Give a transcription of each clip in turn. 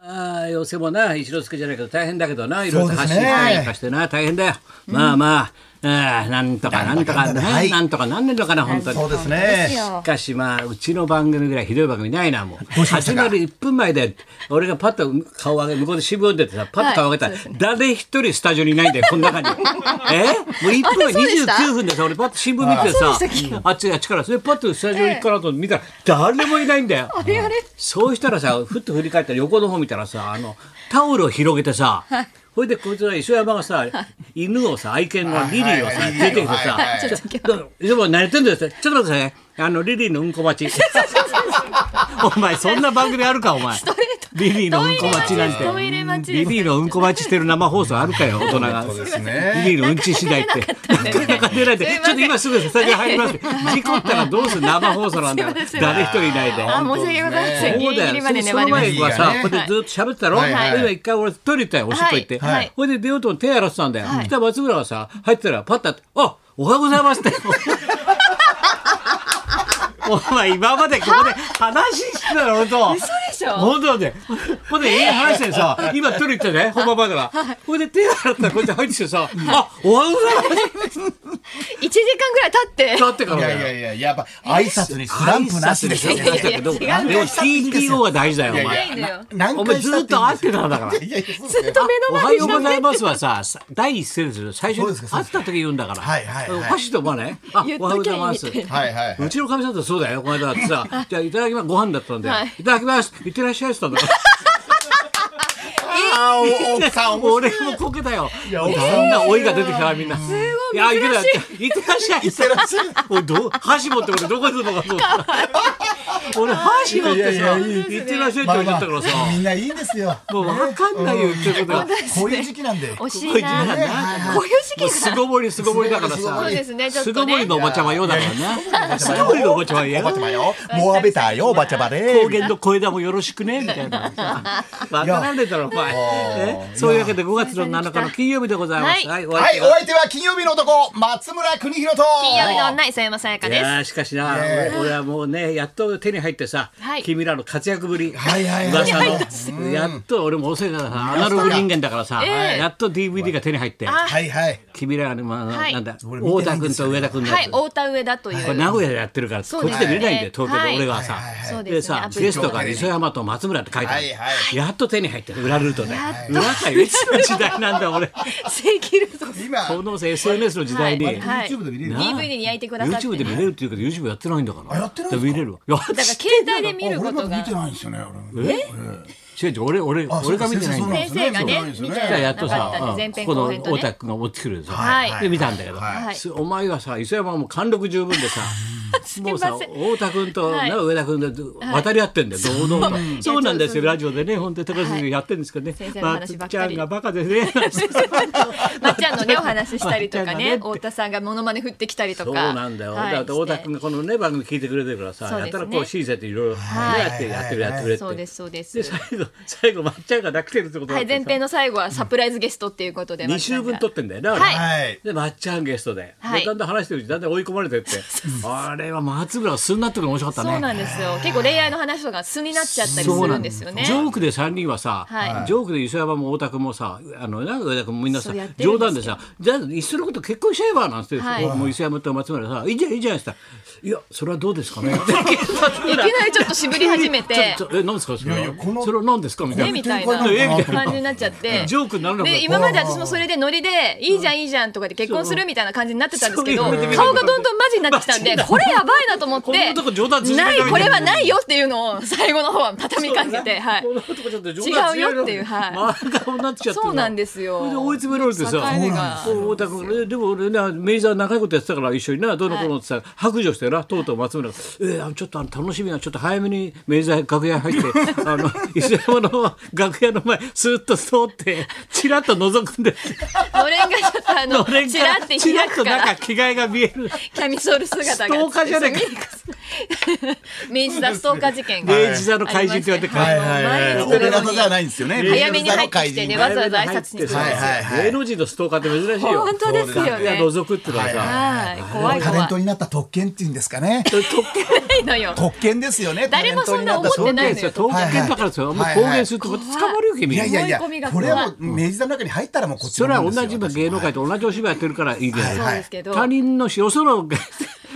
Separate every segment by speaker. Speaker 1: ああ、寄せもな、一之輔じゃないけど大変だけどな、いろ
Speaker 2: そ
Speaker 1: いうろ
Speaker 2: です
Speaker 1: 発信
Speaker 2: ね
Speaker 1: したりなんかしてな、大変だよ。まあまあ、ああなんとかなんとか
Speaker 2: なんだかんだ
Speaker 1: な、
Speaker 2: はい
Speaker 1: なんとかなんねとかな、本当に。
Speaker 2: そうです
Speaker 3: そうです
Speaker 2: ね。
Speaker 3: よ
Speaker 1: しかしまあ、うちの番組ぐらいひどい番組ないな、もう。
Speaker 2: どうしました
Speaker 1: 始
Speaker 2: か
Speaker 1: まる1分前で、俺がパッと顔上げ、向こうで新聞出てさ、パッと顔上げたら、
Speaker 3: はいそうです
Speaker 1: 誰一人スタジオにいないんだよ、この中に。えもう1分
Speaker 3: あそうでした
Speaker 1: 29分でさ、俺パッと新聞見てさ、
Speaker 3: あそうでした
Speaker 1: あっちあっちから、それパッとスタジオに行くかなと見たら、誰もいないんだよ。
Speaker 3: あれあれ、
Speaker 1: そうしたらさ、ふっと振り返ったら横の方見たらさ、あの、タオルを広げてさ、ほいでこいつら磯山がさ、犬をさ、愛犬のリリーをさ、
Speaker 2: はいはい
Speaker 1: 出てきてさ
Speaker 2: はいはい
Speaker 1: ちょどう磯山何やってんだよって、ちょっと待ってくださいね。あの、リリーのうんこ待ち。お前、そんな番組あるか、お前。リリーのうんこ待ちなんて。
Speaker 3: トイレ待ち
Speaker 1: リ
Speaker 3: です
Speaker 1: リーのうんこ待ちしてる生放送あるかよ、大人が。
Speaker 2: そうですね。
Speaker 1: ビールうんち次第って。なかなか出ないで、ちょっと今すぐスタジオ入ります。事故ったらどうする生放送なんだよ。
Speaker 3: すいません
Speaker 1: 誰一人いないで。
Speaker 3: あ、申し訳ございません。ギ
Speaker 1: そう
Speaker 3: リギ
Speaker 1: だ
Speaker 3: リ
Speaker 1: よ。
Speaker 3: まで
Speaker 1: そそ
Speaker 3: 粘
Speaker 1: の
Speaker 3: りま
Speaker 1: 前
Speaker 3: し
Speaker 1: は
Speaker 2: は
Speaker 1: さ、こ
Speaker 2: い
Speaker 1: こでずっと喋ってたろ。
Speaker 2: はいはい
Speaker 1: 今一回俺トイレ行ったよ、おしっこ行って
Speaker 3: はい。
Speaker 1: ほいで出ようと思って手洗ってたんだよ。そしたら松村がさ、入ってたらパッとって、あ、おはようございますって。お前今までここで話してたの俺と。嘘で
Speaker 3: しょ
Speaker 1: 本当だね。ほんで、ええ話してさ、今トイレ行ったね、本番前だから。ほいで手洗ったらこうやって入ってきてさ、あ、おはようございます
Speaker 3: た。一時間ぐらい経って。
Speaker 1: だってか
Speaker 2: い
Speaker 1: ら
Speaker 2: や
Speaker 1: だ
Speaker 2: い
Speaker 1: よ。
Speaker 2: やいや、やっぱ挨拶にスランプなしでしょ。
Speaker 3: 挨拶にスランプなし
Speaker 1: けどで
Speaker 3: い
Speaker 1: も
Speaker 3: やいや違う
Speaker 1: TPO が大事だよ、お
Speaker 2: いや
Speaker 1: 前。
Speaker 3: ないんだよ。
Speaker 2: 何
Speaker 1: お前
Speaker 2: 回した
Speaker 1: ず
Speaker 2: っ
Speaker 1: ってと
Speaker 2: いい
Speaker 1: 会
Speaker 2: ん
Speaker 1: っ
Speaker 2: です
Speaker 1: て
Speaker 2: よ
Speaker 1: たんだから。
Speaker 2: いやいや、そうです
Speaker 3: ず
Speaker 2: ね
Speaker 3: っと目
Speaker 1: お
Speaker 3: の
Speaker 1: は
Speaker 3: 前
Speaker 1: よ
Speaker 3: にし
Speaker 1: う
Speaker 3: な
Speaker 1: ござ
Speaker 3: さ
Speaker 1: い
Speaker 3: い。
Speaker 1: ますはさ、さ第一声ですよ。最初
Speaker 2: そう
Speaker 1: に
Speaker 2: ですかそう
Speaker 1: 会っ
Speaker 2: ですか
Speaker 1: た時言うんだから。
Speaker 2: はいはいはい
Speaker 1: おかしいと思わないあ、
Speaker 3: 言っ
Speaker 1: おはよう
Speaker 3: と
Speaker 1: ございま
Speaker 3: きゃいいみ
Speaker 1: す
Speaker 3: た。いな。
Speaker 2: はいはいうはい。
Speaker 1: ちのかみさんとそうだよ、この間だってさ、じゃあいただきます、ご飯だったんで、
Speaker 3: はい
Speaker 1: い、ただきます、いってらっしゃいって言ったんだから。
Speaker 2: あー、お奥さん面白い。
Speaker 1: 俺もこけたよ。
Speaker 2: いや奥さん
Speaker 1: だんだん老いが出てきたからみんな。すごい。いや、いけない。いってらっしゃい。いってらっしゃい。俺、ど、箸持って俺どこ行くのかと思った。俺、箸持っ
Speaker 2: いや
Speaker 1: て
Speaker 2: い
Speaker 1: さ、
Speaker 2: やい
Speaker 1: い
Speaker 2: や
Speaker 1: ってらっしゃいって
Speaker 2: ま
Speaker 1: 言
Speaker 2: あ
Speaker 1: っち
Speaker 2: ま
Speaker 1: ゃ
Speaker 2: あ
Speaker 1: ったからさ。
Speaker 2: みんないいんですよ。
Speaker 1: もうわかんないよ、言ってることが。
Speaker 2: こういう時期なんで。
Speaker 3: 惜し
Speaker 1: こうい時
Speaker 3: いう
Speaker 1: 期
Speaker 3: な。
Speaker 1: だな
Speaker 3: こういう時
Speaker 1: もう
Speaker 3: 期
Speaker 1: 巣
Speaker 3: が。
Speaker 1: ごもり巣ごもりだからさ。
Speaker 3: そうですねちょっと
Speaker 1: 巣
Speaker 3: ね
Speaker 1: ごもりのおばちゃまようだからね。巣ごもりのおばちゃまよ
Speaker 2: お。ばちゃまよ。モアベターよ、おばちゃまで。
Speaker 1: 高原の小枝もよろしくねみたい なさ。わからんでたろお前。
Speaker 2: ー
Speaker 1: えそういうわけで5月の7日の金曜日でございます。、
Speaker 3: はい
Speaker 1: お相
Speaker 2: は
Speaker 1: 手
Speaker 2: い、お相手は金曜日の男、松村邦弘と。
Speaker 3: 金曜日の女、磯山さやか
Speaker 1: い
Speaker 3: です。
Speaker 1: やーしかしな、
Speaker 2: ね
Speaker 1: 俺俺はもうねやっと手に入ってさ、
Speaker 3: はい
Speaker 1: 君らの活躍ぶり、
Speaker 2: はいはいはい
Speaker 1: 噂
Speaker 2: 手に入
Speaker 1: の
Speaker 2: ったっ
Speaker 1: うんやっと俺もお世話だからさアナログ人間だからさ、
Speaker 3: ええ
Speaker 1: やっと DVD が手に入って
Speaker 2: はいはい。
Speaker 1: 君らの、まあ
Speaker 3: はい
Speaker 1: なんだ
Speaker 2: 俺見
Speaker 1: 太
Speaker 2: てな
Speaker 1: 田
Speaker 2: いんで
Speaker 1: 君
Speaker 2: す
Speaker 1: と上田君の
Speaker 3: は
Speaker 1: や
Speaker 3: い、
Speaker 1: つ、
Speaker 3: 太田上田とい
Speaker 1: これ
Speaker 3: う。
Speaker 1: 名古屋でやってるから、
Speaker 3: そ
Speaker 1: こ
Speaker 3: う
Speaker 1: っ
Speaker 3: です
Speaker 1: ちで見れないんだよ、東京
Speaker 3: は
Speaker 1: で
Speaker 3: い
Speaker 1: 俺がさ。
Speaker 2: はいはい
Speaker 3: そう
Speaker 1: で
Speaker 3: ですね。
Speaker 1: さ
Speaker 3: ア、プリ
Speaker 1: ゲスト
Speaker 2: 上
Speaker 1: が
Speaker 2: 下でね
Speaker 1: 磯山と松村って書いてある
Speaker 2: はいはい
Speaker 1: やっと手に入ってる、裏ルートで。裏かよ、いつの時代なんだ、俺。
Speaker 3: 正規ルート。
Speaker 2: 今、
Speaker 1: この SNS の時代に。
Speaker 3: はいはい
Speaker 2: YouTube で見れる。
Speaker 3: DVD に焼いてくださって。
Speaker 1: YouTube で見れるっていうけど YouTube やってないんだから
Speaker 2: あやってないんですか
Speaker 1: 見れるわいや
Speaker 3: だから携帯で見るこ
Speaker 2: 俺ま
Speaker 3: と
Speaker 2: だ見
Speaker 3: が。
Speaker 2: てないんですよね。俺
Speaker 1: 違う違う俺俺
Speaker 2: あ
Speaker 1: 俺が見てないんだよ
Speaker 3: 先生がね
Speaker 2: そうなんです、よ
Speaker 3: 見
Speaker 2: ね
Speaker 3: て
Speaker 1: じゃあや
Speaker 3: な
Speaker 1: っと
Speaker 3: かった
Speaker 1: さ
Speaker 3: んで、前
Speaker 1: うん
Speaker 3: 編
Speaker 1: この
Speaker 3: 後編と
Speaker 1: 太田
Speaker 3: ね。
Speaker 1: 君が持ってくるでさ
Speaker 3: はい。
Speaker 1: で見たんだけど
Speaker 2: はい
Speaker 1: すお前はさ磯山はもう貫禄十分で さもうさ
Speaker 3: すいま
Speaker 1: 太田君と
Speaker 3: はい
Speaker 1: な上田君で渡り合ってんだよ堂々と そうなんですよラジオでね本当に高橋先生やってるんですけどね
Speaker 3: 先生の
Speaker 1: まあ
Speaker 3: 話ばっかり
Speaker 1: ちゃんがバカです ね
Speaker 3: まっちゃんのね、お話ししたりとか
Speaker 1: まっちゃんがね
Speaker 3: ね、太田さんがモノマネ振ってきたりと
Speaker 1: そ
Speaker 3: か。
Speaker 1: うなんだよ。
Speaker 3: はい
Speaker 1: だって
Speaker 3: し
Speaker 1: 太田君がこのね番組聞いてくれてるからさ、
Speaker 3: そう
Speaker 1: や
Speaker 3: です
Speaker 1: た
Speaker 3: ね
Speaker 1: らこう親切にいろいろね
Speaker 3: はい
Speaker 1: やってやってくれやってくれって。
Speaker 3: そうです、そうです
Speaker 1: で。最後最後まっちゃんが泣きてるってこと
Speaker 3: は
Speaker 1: だっ
Speaker 3: い、
Speaker 1: て
Speaker 3: 前
Speaker 1: さ
Speaker 3: 編の最後はサプライズゲストっていうことで。
Speaker 1: 二週分撮
Speaker 3: と
Speaker 1: ってんだよな。あれ
Speaker 3: はい
Speaker 2: はい。
Speaker 1: でまっちゃんゲストで、
Speaker 3: はい
Speaker 1: でだんだん話してるうちだんだん追い込まれてってあれは松村が素になってくるの面白かったね
Speaker 3: そうなんですよ。結構恋愛の話とか素になっちゃったりす
Speaker 1: そう
Speaker 3: る
Speaker 1: なん
Speaker 3: ですよね。
Speaker 1: ジョークで3人はさ、
Speaker 3: はい
Speaker 1: ジョークで磯山も太田君もさあのなんか上田君もみんなさ
Speaker 3: そうやってる
Speaker 1: 冗
Speaker 3: んです
Speaker 1: 談でさ
Speaker 3: けど
Speaker 1: 「じゃあいっそのこと結婚しちゃえば」なんて、
Speaker 3: はい
Speaker 1: もう磯山と松村さ「いいじゃんいいじゃん」って言ったらいやそれはどうですか ね」
Speaker 3: いきなりちょっと渋り始めて
Speaker 1: ちょ、ちょえ何ですかそれはい
Speaker 2: やいやこの
Speaker 1: それは何ですかみた
Speaker 3: ね
Speaker 1: いな
Speaker 3: みたい
Speaker 2: 本当にこれなの
Speaker 3: な
Speaker 2: かな
Speaker 3: 感じになっちゃって。
Speaker 1: ジョークにならなくなった
Speaker 3: で今まで私もそれでノリでいいじゃんいいじゃんとかで結婚するみたいな感じになってたんですけど
Speaker 1: そう
Speaker 3: 顔
Speaker 1: いう
Speaker 3: がどんどんマジになってきたんでこれやばいなと思っ
Speaker 1: こんな
Speaker 3: て
Speaker 1: とこ冗談通じな
Speaker 3: ないい
Speaker 1: から
Speaker 3: これはないよっていうのを最後の方は畳みかけてはい
Speaker 1: こんなとこちょっと冗談
Speaker 3: 違うよっていうはい
Speaker 1: 真ん中になっちゃってさ
Speaker 3: そうなんですよ
Speaker 1: それで追い詰められてさ
Speaker 3: 境目が
Speaker 1: そう太田君えでも俺ね明治座長いことやってたから一緒になどうのこうのってさ、白状してなとうとう松村が「えー、あのちょっとあの楽しみなちょっと早めに明治座楽屋入って あの石山の楽屋の前スーッと通ってチラッと覗くんで
Speaker 3: のれんがちょっとあの
Speaker 1: 俺
Speaker 3: ちら
Speaker 1: が
Speaker 3: って
Speaker 1: チラ
Speaker 3: 開
Speaker 1: ッと
Speaker 3: くか
Speaker 1: なんから着替えが見える
Speaker 3: キャミソール姿
Speaker 1: ス
Speaker 3: が
Speaker 1: トーカーじゃねえか
Speaker 3: そう 明治座ストーカー事件が
Speaker 1: 明治座の怪人って言われて
Speaker 3: あ
Speaker 1: か
Speaker 3: りました
Speaker 2: はいはいはい
Speaker 3: もう毎日のように
Speaker 2: オペラ座じゃないんですよね
Speaker 3: 早めに入ってきて
Speaker 2: 明治座の怪
Speaker 3: ね
Speaker 2: 人
Speaker 3: わざわざ挨拶に来て
Speaker 1: はい
Speaker 2: はい
Speaker 1: は
Speaker 2: はいい
Speaker 1: 芸能人のストーカーって珍しいよ
Speaker 3: 本当ですよ
Speaker 1: いや
Speaker 3: ね
Speaker 1: 覗くってのはさ
Speaker 3: はい怖い
Speaker 2: タレント
Speaker 3: 怖い
Speaker 2: になった特権っていうんですかね。
Speaker 3: ないのよ
Speaker 2: 特権ですよね。
Speaker 3: 誰もそんな思っ
Speaker 2: タレ
Speaker 3: て
Speaker 2: ントにった
Speaker 3: な
Speaker 1: そうですよ東
Speaker 3: いのよ
Speaker 1: 京県だからですよあんま
Speaker 2: はい
Speaker 1: 公
Speaker 2: はい
Speaker 1: 言するとこって捕まるよ君
Speaker 2: いやいやいや
Speaker 3: 思い込みが、
Speaker 2: こ
Speaker 3: 怖い
Speaker 2: れはもう明治座の中に入ったらもうこっち
Speaker 1: それ
Speaker 2: の
Speaker 1: は
Speaker 2: もん
Speaker 1: 同
Speaker 2: です
Speaker 1: じ
Speaker 2: よ
Speaker 1: 今芸能界と同じお芝居やってるからいいけど
Speaker 2: はい
Speaker 3: そうですけど
Speaker 1: 他人のしよその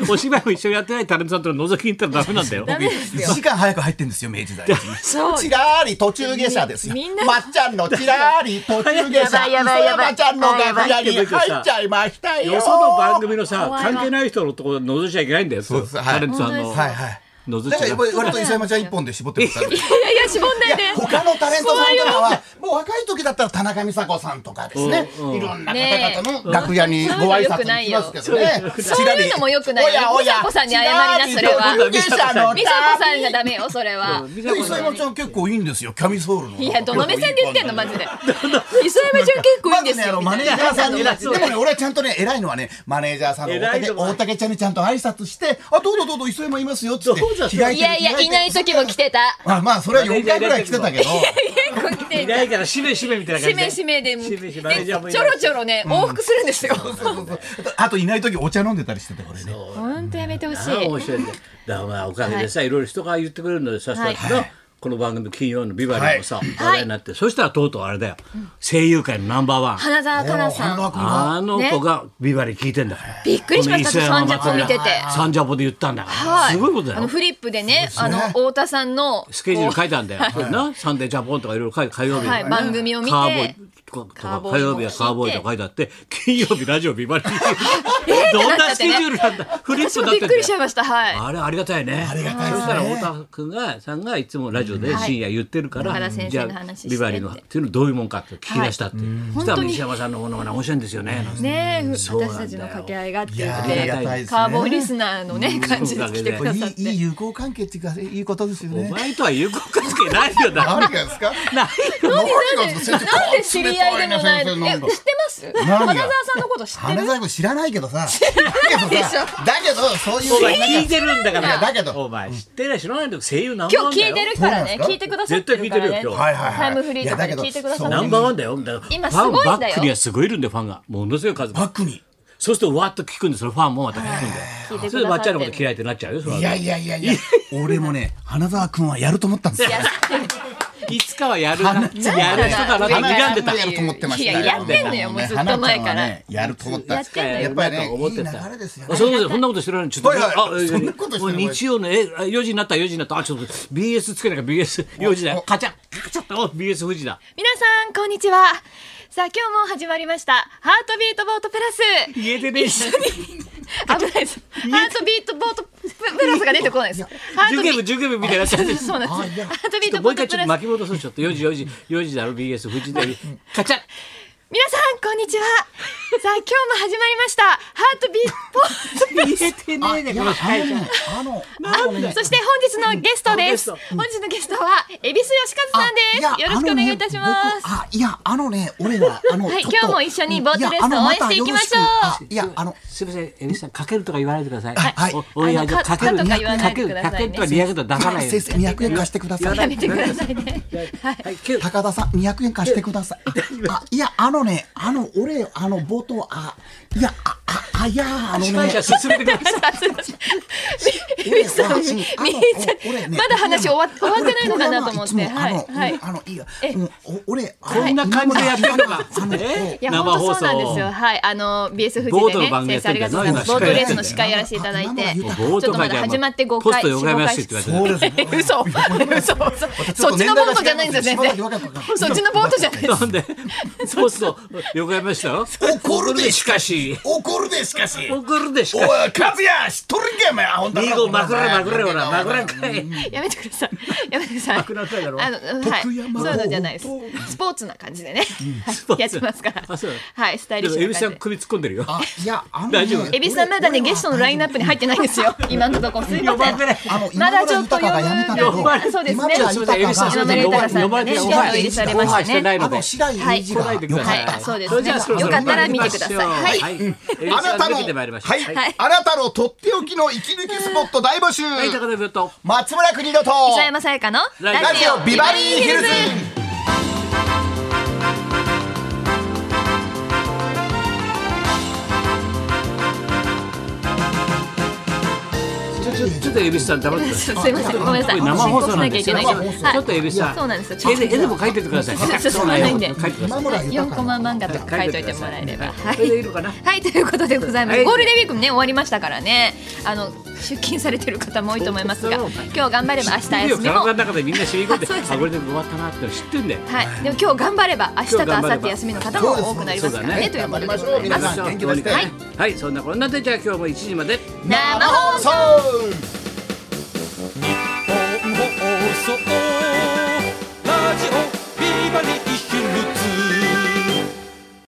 Speaker 1: お芝居も一緒にやってないタレントさんとの覗きに行ったらダメなんだよ
Speaker 3: ダメですよ
Speaker 2: 一時間早く入ってんですよ、明治大
Speaker 3: そう
Speaker 2: ちらーり途中下車ですよ。
Speaker 3: みんな
Speaker 2: まっちゃんのちらーり途中下車。
Speaker 3: やばいやばいやば
Speaker 2: 磯山
Speaker 3: い
Speaker 2: ちゃんの楽屋に入っちゃいましたよ。
Speaker 1: よその番組のさ
Speaker 3: 怖いわ
Speaker 1: 関係ない人のところ覗いちゃいけないんだよ
Speaker 2: そうですはい
Speaker 1: タレントさんの
Speaker 3: 本当
Speaker 2: はいはい。
Speaker 1: 覗いち
Speaker 2: だから
Speaker 1: ゃ
Speaker 2: や
Speaker 1: う
Speaker 2: っぱり割と磯山ちゃん一本で絞ってますからね。
Speaker 3: いやいやしぼんないで
Speaker 2: 他のタレントさんとかはもう若い時だったら田中美佐子さんとかですね、いろんな方々の楽屋にご挨拶に来ますけどね
Speaker 3: そういうのも良くないよ
Speaker 2: ちらり
Speaker 3: 美佐子さんに謝りな
Speaker 2: ち
Speaker 3: そ
Speaker 2: ら
Speaker 3: れは
Speaker 2: 途中下車の
Speaker 3: 美佐子さんがダメよそれは
Speaker 1: 美佐子
Speaker 2: 磯
Speaker 1: さん
Speaker 2: 山ちゃん結構いいんですよキャミソールの
Speaker 3: いやどの目線で言ってんのマジで磯山ちゃん結構いい
Speaker 2: ま
Speaker 3: んで
Speaker 2: ず
Speaker 3: す
Speaker 2: ね、あの
Speaker 3: よみた
Speaker 2: マ
Speaker 3: い
Speaker 2: ネ
Speaker 3: な
Speaker 2: ージャーさんにね、
Speaker 1: そ
Speaker 2: で
Speaker 1: う
Speaker 2: もね、俺はちゃんとね、偉いのはね、マネージャーさんの大
Speaker 1: 偉い
Speaker 2: 竹
Speaker 1: のは
Speaker 2: 大竹ちゃんにちゃんと挨拶して、あ、どうぞどうぞ、磯山いますよっつって
Speaker 1: そうだ、
Speaker 2: 着替えてる
Speaker 3: いやいやいない時も来てた
Speaker 2: あ、まあ、それは4回ぐらい来てたけど、
Speaker 3: 結構来て
Speaker 1: い
Speaker 3: い
Speaker 1: な
Speaker 3: た
Speaker 1: いからしめしめみたいな感
Speaker 3: し
Speaker 1: じで
Speaker 3: めしめで
Speaker 1: しめしめ
Speaker 3: でちょろちょろね往復するんですよ
Speaker 2: そうそうそう あといない時お茶飲んでたりしてた、俺ね。
Speaker 3: 本当やめてほし
Speaker 1: ああ面
Speaker 3: い
Speaker 1: 白いねだからまあおかげでさ、い、ろいろ人が言ってくれるのでさ、
Speaker 3: はい
Speaker 1: さっきのこの番組金曜のビバリーもさ、
Speaker 2: はい
Speaker 1: 話題になって、そしたらとうとうあれだよ、声優界のナンバーワン
Speaker 3: 花澤香菜さん
Speaker 2: あ
Speaker 1: あの子がビバリー聞いてんだから、
Speaker 3: びっくりしました
Speaker 1: この
Speaker 3: サンジャポ見てて
Speaker 1: サンジャポで言ったんだから、
Speaker 3: はい
Speaker 1: すごいことだ
Speaker 3: あの
Speaker 1: よ
Speaker 3: フリップでね
Speaker 2: うです
Speaker 3: あの
Speaker 2: ね
Speaker 3: 太田さんの
Speaker 1: スケジュール書いたんだよ、それなサンデージャポンとかいろいろ書いて火曜日、
Speaker 3: はい番組を見て
Speaker 1: カーボーイと
Speaker 3: カ
Speaker 1: か
Speaker 3: ーボ
Speaker 1: 火
Speaker 3: ーイ
Speaker 1: 曜
Speaker 3: も
Speaker 1: 日は
Speaker 3: 聞いて
Speaker 1: カーボーイとか書いてあって金曜日ラジオビバリー どんなスケジュールなんだ、フリッ
Speaker 3: 私
Speaker 1: プ
Speaker 3: も
Speaker 1: だっ
Speaker 3: び
Speaker 1: てんだ
Speaker 3: っ
Speaker 1: よ
Speaker 3: くりしちゃいましたはい
Speaker 1: あれありがたいね。
Speaker 2: ありがたい
Speaker 1: そ
Speaker 2: で
Speaker 1: し
Speaker 2: すね
Speaker 1: たら太田君がさんがいつもラジオで深夜言ってるから、
Speaker 3: はい岡田先
Speaker 1: じゃ
Speaker 3: 生の
Speaker 1: あ
Speaker 3: 話してって
Speaker 1: ビバリーのっていうのどういうもんかって聞き出したっていう。そしたら西山さんのものが面白いんですよね。なんて
Speaker 3: ねえ、
Speaker 1: そうなんだよ
Speaker 3: 私たちの掛け合いがあって言っ
Speaker 2: いやありがたい
Speaker 3: て
Speaker 2: ですね
Speaker 3: カーボーイリスナーのね感じで来てくださっ
Speaker 2: いいいい
Speaker 3: て
Speaker 2: 友好関係っていうか、いいことですよ
Speaker 1: お
Speaker 2: ね。
Speaker 1: 前とは有効関係ないよだ。
Speaker 2: 何がですか
Speaker 1: ないよ。
Speaker 2: 何がですか
Speaker 3: なんで知り合いでもないえ知って
Speaker 2: なんか
Speaker 3: ます
Speaker 2: 何
Speaker 3: 花
Speaker 2: が
Speaker 3: 澤さんのこと知って
Speaker 2: 花
Speaker 3: る
Speaker 2: 沢君知らないけどさ。だけどさだけど、そういう。
Speaker 1: お前聞いてるんだか
Speaker 2: い
Speaker 1: ら。
Speaker 2: やだけど
Speaker 1: お前知ってない知らないの声優ナンバーワン
Speaker 3: 今日
Speaker 1: だ
Speaker 3: 聞
Speaker 1: よ
Speaker 3: いて。るから
Speaker 2: そうなんで
Speaker 3: ね
Speaker 2: すか
Speaker 3: 聞いてくださって
Speaker 1: 絶対聞
Speaker 3: るから
Speaker 1: い
Speaker 3: ね
Speaker 1: てるよ今日
Speaker 2: はいはいはい
Speaker 3: タイムフリーとか
Speaker 2: い
Speaker 3: で
Speaker 2: やだけど
Speaker 3: 聞いてくださっ
Speaker 1: ナ
Speaker 3: て
Speaker 1: ン
Speaker 3: る
Speaker 1: バーワンだよ。だから
Speaker 3: 今
Speaker 1: ファン
Speaker 3: すごいんだ
Speaker 1: バ
Speaker 3: よ
Speaker 1: ックにはすごいいるんでファンがものすごい数が。
Speaker 2: バックに。
Speaker 1: そうするとわーっと聞くんでそれファンもまた聞くん
Speaker 3: 聞い
Speaker 1: で。
Speaker 3: て
Speaker 1: そ
Speaker 3: く
Speaker 1: れで
Speaker 3: だ
Speaker 1: ば
Speaker 3: さ
Speaker 1: っ
Speaker 3: っ
Speaker 1: ち
Speaker 3: て
Speaker 1: ゃんのこと
Speaker 3: る
Speaker 1: 嫌いってなっちゃうよ。それはい
Speaker 2: やいやいやいや、俺もね、花沢君はやると思ったんですよ。
Speaker 1: いつかはやるな。やる人かなって
Speaker 3: 花
Speaker 1: 睨んでた
Speaker 2: 花。やると思ってました。
Speaker 3: いややってんのよもうずっと前から
Speaker 2: 花ちゃんはねやると思ったんです。
Speaker 3: やってんのよ
Speaker 2: やっぱりね、
Speaker 1: 思っ
Speaker 2: いい
Speaker 1: て
Speaker 2: 流
Speaker 1: た
Speaker 2: れですよ
Speaker 1: あ
Speaker 2: ね。
Speaker 1: そんなことそんなことしてないのちょっと、
Speaker 2: はいはい
Speaker 1: あえ
Speaker 2: そんなことしてない
Speaker 1: もう日曜のえあ4時になった4時になったあちょっと BS つけなきゃ BS4 時だよカチャンカチャッとお BS 富士だ
Speaker 3: 皆さんこんにちはさあ今日も始まりましたハートビートボートプラス
Speaker 1: 家出で
Speaker 3: 一緒に危ないですハートビートボートプラスが出てこないですハ
Speaker 1: 受
Speaker 3: ートビ
Speaker 1: 験部受験部みたいになっちゃってる
Speaker 3: そうなんですハートビー
Speaker 1: ちょっとも
Speaker 3: トボ
Speaker 1: う
Speaker 3: ー
Speaker 1: 一回ちょっと
Speaker 3: トプラ
Speaker 1: 巻
Speaker 3: ス
Speaker 1: き戻そうちょっと4時4時4時だろ BS 富士でカチャン
Speaker 3: 皆さんこんにちはさあ今日も始まりましたハートビートボートプラス
Speaker 1: 言えてねえねこの司会者
Speaker 2: あの、
Speaker 3: あそして本日のゲストです。
Speaker 1: あゲス
Speaker 3: 本日のゲストは恵比寿義和さんです。よろしくお願いいたします。
Speaker 2: あいやあのね俺はあの
Speaker 3: はい今日も一緒にボートレースを応援していきましょう
Speaker 2: ういやあの
Speaker 1: すみません、エミさん、かけるとか言わないでください。
Speaker 2: はい
Speaker 1: おおいや、
Speaker 3: あの
Speaker 1: じゃあか
Speaker 3: か
Speaker 1: ける、
Speaker 3: かとか言わな
Speaker 1: か
Speaker 3: い
Speaker 1: け
Speaker 3: で
Speaker 1: る、
Speaker 3: くだ
Speaker 1: か
Speaker 3: さ
Speaker 1: け
Speaker 3: い
Speaker 1: る
Speaker 3: ね
Speaker 1: とか200とは出さないように。
Speaker 2: 先生200円貸してください
Speaker 3: やめてくださいね。
Speaker 1: はい、ける。
Speaker 2: 高田さん200円貸してくださいあいやあのねあの俺あの冒頭あいやあああいやあの
Speaker 1: 司会
Speaker 2: ね
Speaker 1: 者進めてください。
Speaker 2: 俺
Speaker 3: 恵比寿さん、みみーちゃん、まだ話終わ終わってないのかなと思って。
Speaker 2: あ
Speaker 3: はい
Speaker 2: の、
Speaker 3: はい。
Speaker 2: あの、いや、俺、
Speaker 1: こんな感じでやってるのか。
Speaker 2: ね
Speaker 1: ね
Speaker 3: いや本当そうなんですよ。はい、あの BS フジ
Speaker 1: ボー
Speaker 3: で
Speaker 1: トの
Speaker 3: ね、
Speaker 1: 番組や
Speaker 3: 先
Speaker 1: って
Speaker 3: 生あ
Speaker 1: んだよ
Speaker 3: りがとうございます。ボートレースの司会やらせていただいて、
Speaker 2: 生
Speaker 3: ち
Speaker 2: 々
Speaker 1: ボ
Speaker 3: ょ
Speaker 1: ー
Speaker 3: っ
Speaker 1: ト
Speaker 3: と
Speaker 1: 書
Speaker 3: ま
Speaker 1: いて
Speaker 3: だ
Speaker 1: ある
Speaker 3: 始まって5
Speaker 1: ポス
Speaker 3: 回、
Speaker 1: トよが
Speaker 3: 4
Speaker 1: や
Speaker 3: 回
Speaker 1: しい
Speaker 3: し
Speaker 1: ってて。言われてる。
Speaker 2: そうです。
Speaker 3: 嘘、嘘、嘘。そっちのボートじゃないんですよ、全然。そっちのボートじゃないです。
Speaker 1: なん で、そうそう、よくやりましたよ。
Speaker 2: 怒るで
Speaker 1: しかし、
Speaker 2: 怒るでしかし。
Speaker 1: 送るでし
Speaker 2: お
Speaker 1: かし。
Speaker 2: い、カズヤ、しとるんけ、お前、ほんと
Speaker 1: リーゴまくれまくれほら、まくれんかい。
Speaker 3: やめてください。やめてください。あ
Speaker 1: くなったやろ
Speaker 3: の、はい。そう
Speaker 2: 徳
Speaker 3: いう
Speaker 2: 山
Speaker 3: のじゃないです。スポーツな感じでね。はいやってますから
Speaker 1: あそうだ。
Speaker 3: はい、スタイ
Speaker 1: で
Speaker 3: リッ
Speaker 1: も、
Speaker 3: シ
Speaker 1: エ
Speaker 3: ュ
Speaker 1: ビ
Speaker 3: な
Speaker 1: さん
Speaker 3: 感じで。
Speaker 1: 首突っ込んでるよ。
Speaker 2: あ、いや、あの、
Speaker 3: エビさんまだねゲストのラインナップに入ってないんですよ。今のとこすいません。
Speaker 2: あの、
Speaker 3: まだちょっと読む。
Speaker 1: ばれ
Speaker 3: そうですね。
Speaker 2: 今
Speaker 1: すみません、エビさん、すみません、呼ばれて、ない
Speaker 2: あ
Speaker 1: ので
Speaker 2: の、。白い
Speaker 1: 来ないでください。
Speaker 3: はい、そうです
Speaker 1: それじ
Speaker 3: ね。
Speaker 1: ゃあそろそ
Speaker 3: よ
Speaker 1: ろ
Speaker 3: かったら見てください。はい。
Speaker 1: い。
Speaker 2: あの新たの、
Speaker 1: 抜けてまいりましょう
Speaker 2: はい、
Speaker 3: はい
Speaker 2: 新たのとっておきの息抜きスポット大募集。
Speaker 1: はい、高田部と。
Speaker 2: 松村邦人と。
Speaker 3: 磯山さやかの
Speaker 1: ラ
Speaker 2: ラジオビバリーヒルズ。
Speaker 1: ちょ、ちょ、ちょっと、恵比寿さん、黙ってください。
Speaker 3: すいません、ごめんなさい。
Speaker 1: 生放送なん
Speaker 3: 進行しなきゃ
Speaker 1: で
Speaker 3: い
Speaker 1: す
Speaker 3: け
Speaker 1: よ。
Speaker 3: ない
Speaker 1: ち
Speaker 3: けど。はい
Speaker 1: ょっと、恵比寿さん。
Speaker 3: そうなんですよ
Speaker 1: 絵で、絵でも描いてってください。
Speaker 3: そうそうそうないんで
Speaker 1: 描いてくださ
Speaker 2: 今
Speaker 1: い。
Speaker 2: 村豊
Speaker 3: 4コ
Speaker 2: か
Speaker 3: マ漫画とか書いといてもらえれば。はい。
Speaker 1: それでいいのかな。
Speaker 3: はい、ということでございます。
Speaker 1: はい
Speaker 3: ゴールデンウィークもね、終わりましたからね。あの、出勤されてる方も多いと思いますが、
Speaker 1: そう
Speaker 3: 今
Speaker 1: そう
Speaker 3: 日頑張れば明日休みも。
Speaker 1: 体の
Speaker 3: は
Speaker 1: 中でみんな染み込んで
Speaker 3: あそうで、す
Speaker 1: あ、これで終わったなっての知ってんだよ。
Speaker 3: い、でも今日頑張れば、明日と
Speaker 1: 今日
Speaker 3: 明
Speaker 1: 頑張れば
Speaker 3: 後日休みの方も多くなりますからね、
Speaker 2: そうですね
Speaker 3: ということでございます。
Speaker 2: 皆さん元気出して
Speaker 1: はい、はい、そんなこんなで、じゃあ今日も1時まで。
Speaker 3: 生放送
Speaker 2: そう